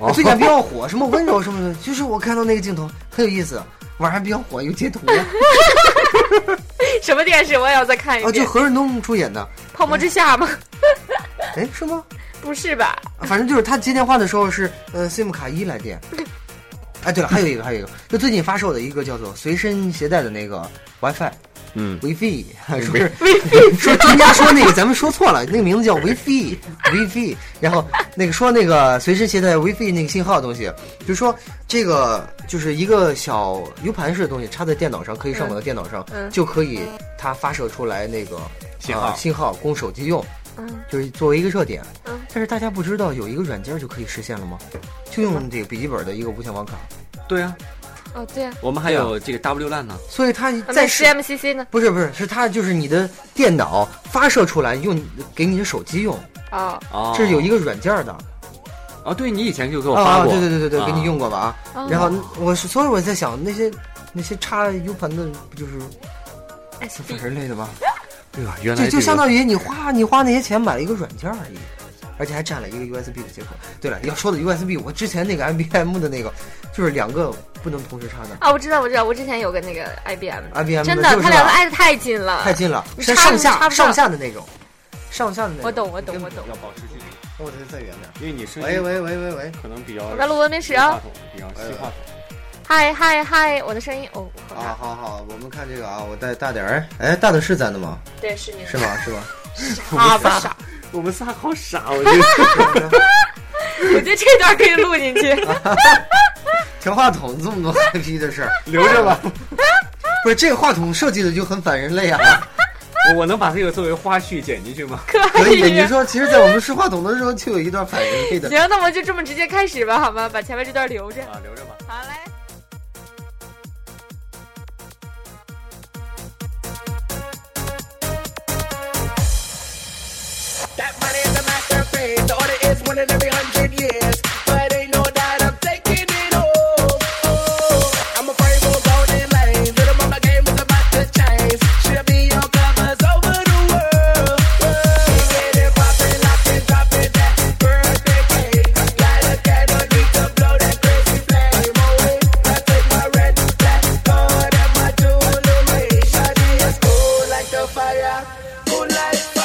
[SPEAKER 4] 哦
[SPEAKER 2] 最近还比较火，什么温柔什么的，就是我看到那个镜头很有意思，网上比较火，有截图
[SPEAKER 3] 什么电视？我也要再看一
[SPEAKER 2] 啊，就
[SPEAKER 3] 遍。
[SPEAKER 2] 何润东出演的，
[SPEAKER 3] 泡沫之夏吗？
[SPEAKER 2] 哎，是吗？
[SPEAKER 3] 不是吧？
[SPEAKER 2] 反正就是他接电话的时候是呃 SIM 卡一来电。哎，对了，还有一个，还有一个，就最近发售的一个叫做随身携带的那个 WiFi
[SPEAKER 4] 嗯，
[SPEAKER 2] WiFi，说是 说专家说那个咱们说错了，那个名字叫 WiFi WiFi，然后那个说那个随身携带 WiFi 那个信号的东西，就是说这个就是一个小 U 盘式的东西插在电脑上，可以上网到电脑上，
[SPEAKER 3] 嗯
[SPEAKER 2] 就可以它发射出来那个
[SPEAKER 5] 信号
[SPEAKER 2] 啊信号供手机用。
[SPEAKER 3] 嗯，
[SPEAKER 2] 就是作为一个热点。
[SPEAKER 3] 嗯
[SPEAKER 2] 但是大家不知道有一个软件就可以实现了吗？就用这个笔记本的一个无线网卡，
[SPEAKER 4] 对啊，
[SPEAKER 3] 哦对啊。
[SPEAKER 4] 我们还有这个 W 烂呢。
[SPEAKER 2] 所以它
[SPEAKER 3] 那
[SPEAKER 2] 在
[SPEAKER 3] CMCC 呢？
[SPEAKER 2] 不是不是是它就是你的电脑发射出来用给你的手机用，
[SPEAKER 3] 哦
[SPEAKER 4] 哦，
[SPEAKER 2] 这是有一个软件的
[SPEAKER 4] 啊，对你以前就给我发
[SPEAKER 2] 啊，
[SPEAKER 4] 过。
[SPEAKER 2] 对对对对对，
[SPEAKER 4] 啊
[SPEAKER 2] 给你。用过吧啊。
[SPEAKER 3] 哦，
[SPEAKER 2] 然后我是所以我在想那些那些插 U 盘的，不就是反
[SPEAKER 3] SB
[SPEAKER 2] 人类的吗？
[SPEAKER 4] 对吧？哎原来
[SPEAKER 2] 就
[SPEAKER 4] 这
[SPEAKER 2] 就
[SPEAKER 4] 个
[SPEAKER 2] 相当于你花你花那些钱买了一个软件而已，而且还占了一个 USB 的接口。对了，要说的 USB，我之前那个 IBM 的那个就是两个不能同时插的
[SPEAKER 3] 啊，我知道，我知道，我之前有个那个 IBM，
[SPEAKER 2] ，IBM
[SPEAKER 3] 真
[SPEAKER 2] 的
[SPEAKER 3] 的
[SPEAKER 2] 就，
[SPEAKER 3] 他
[SPEAKER 2] 是
[SPEAKER 3] 两个
[SPEAKER 2] 吧
[SPEAKER 3] 挨得太近了，
[SPEAKER 2] 太近了，
[SPEAKER 3] 你
[SPEAKER 2] 是
[SPEAKER 3] 插
[SPEAKER 2] 上
[SPEAKER 3] 你插
[SPEAKER 2] 下
[SPEAKER 3] 不上
[SPEAKER 2] 上下的那种，上下的那种。
[SPEAKER 3] 我懂我懂我懂
[SPEAKER 5] 要保持距离，
[SPEAKER 4] 哦
[SPEAKER 2] 我得再远点。
[SPEAKER 4] 因为你是
[SPEAKER 5] 喂喂喂喂喂，
[SPEAKER 4] 可能比较
[SPEAKER 3] 我在录文明史啊！
[SPEAKER 4] 比较
[SPEAKER 5] 西话
[SPEAKER 3] 嗨嗨嗨，我的声音哦，我好
[SPEAKER 2] 啊
[SPEAKER 3] 大，，
[SPEAKER 2] 好好，我们看这个啊，我带大点儿。哎，大的是咱的吗？
[SPEAKER 3] 对，是 你
[SPEAKER 2] 是吗？是吗？
[SPEAKER 3] 啊吧？
[SPEAKER 4] 我们仨好傻，我觉得
[SPEAKER 3] 我觉得这段可以录进去。
[SPEAKER 2] 啊调话筒这么多 嗨皮的事儿，
[SPEAKER 4] 留着吧。
[SPEAKER 2] 不是这个话筒设计的就很反人类啊。
[SPEAKER 4] 我我能把这个作为花絮剪进去吗？
[SPEAKER 2] 可以的，你说，其实，在我们试话筒的时候，就有一段反人类的
[SPEAKER 3] 行，那我们就这么直接开始吧，好吗？把前面这段留着。
[SPEAKER 4] 啊，留着吧。
[SPEAKER 3] 好嘞。
[SPEAKER 6] That money's a masterpiece. The order is one in every hundred years. But ain't no doubt I'm taking it all. I'm a brave old golden lane. Little mama game is about to change. She'll be on covers over the world. She get it poppin', lock it, drop it. That birthday cake. Light a candle, need to blow that crazy flame away. I take my red, black card and my jewelry. Shawty is cool like the fire, cool like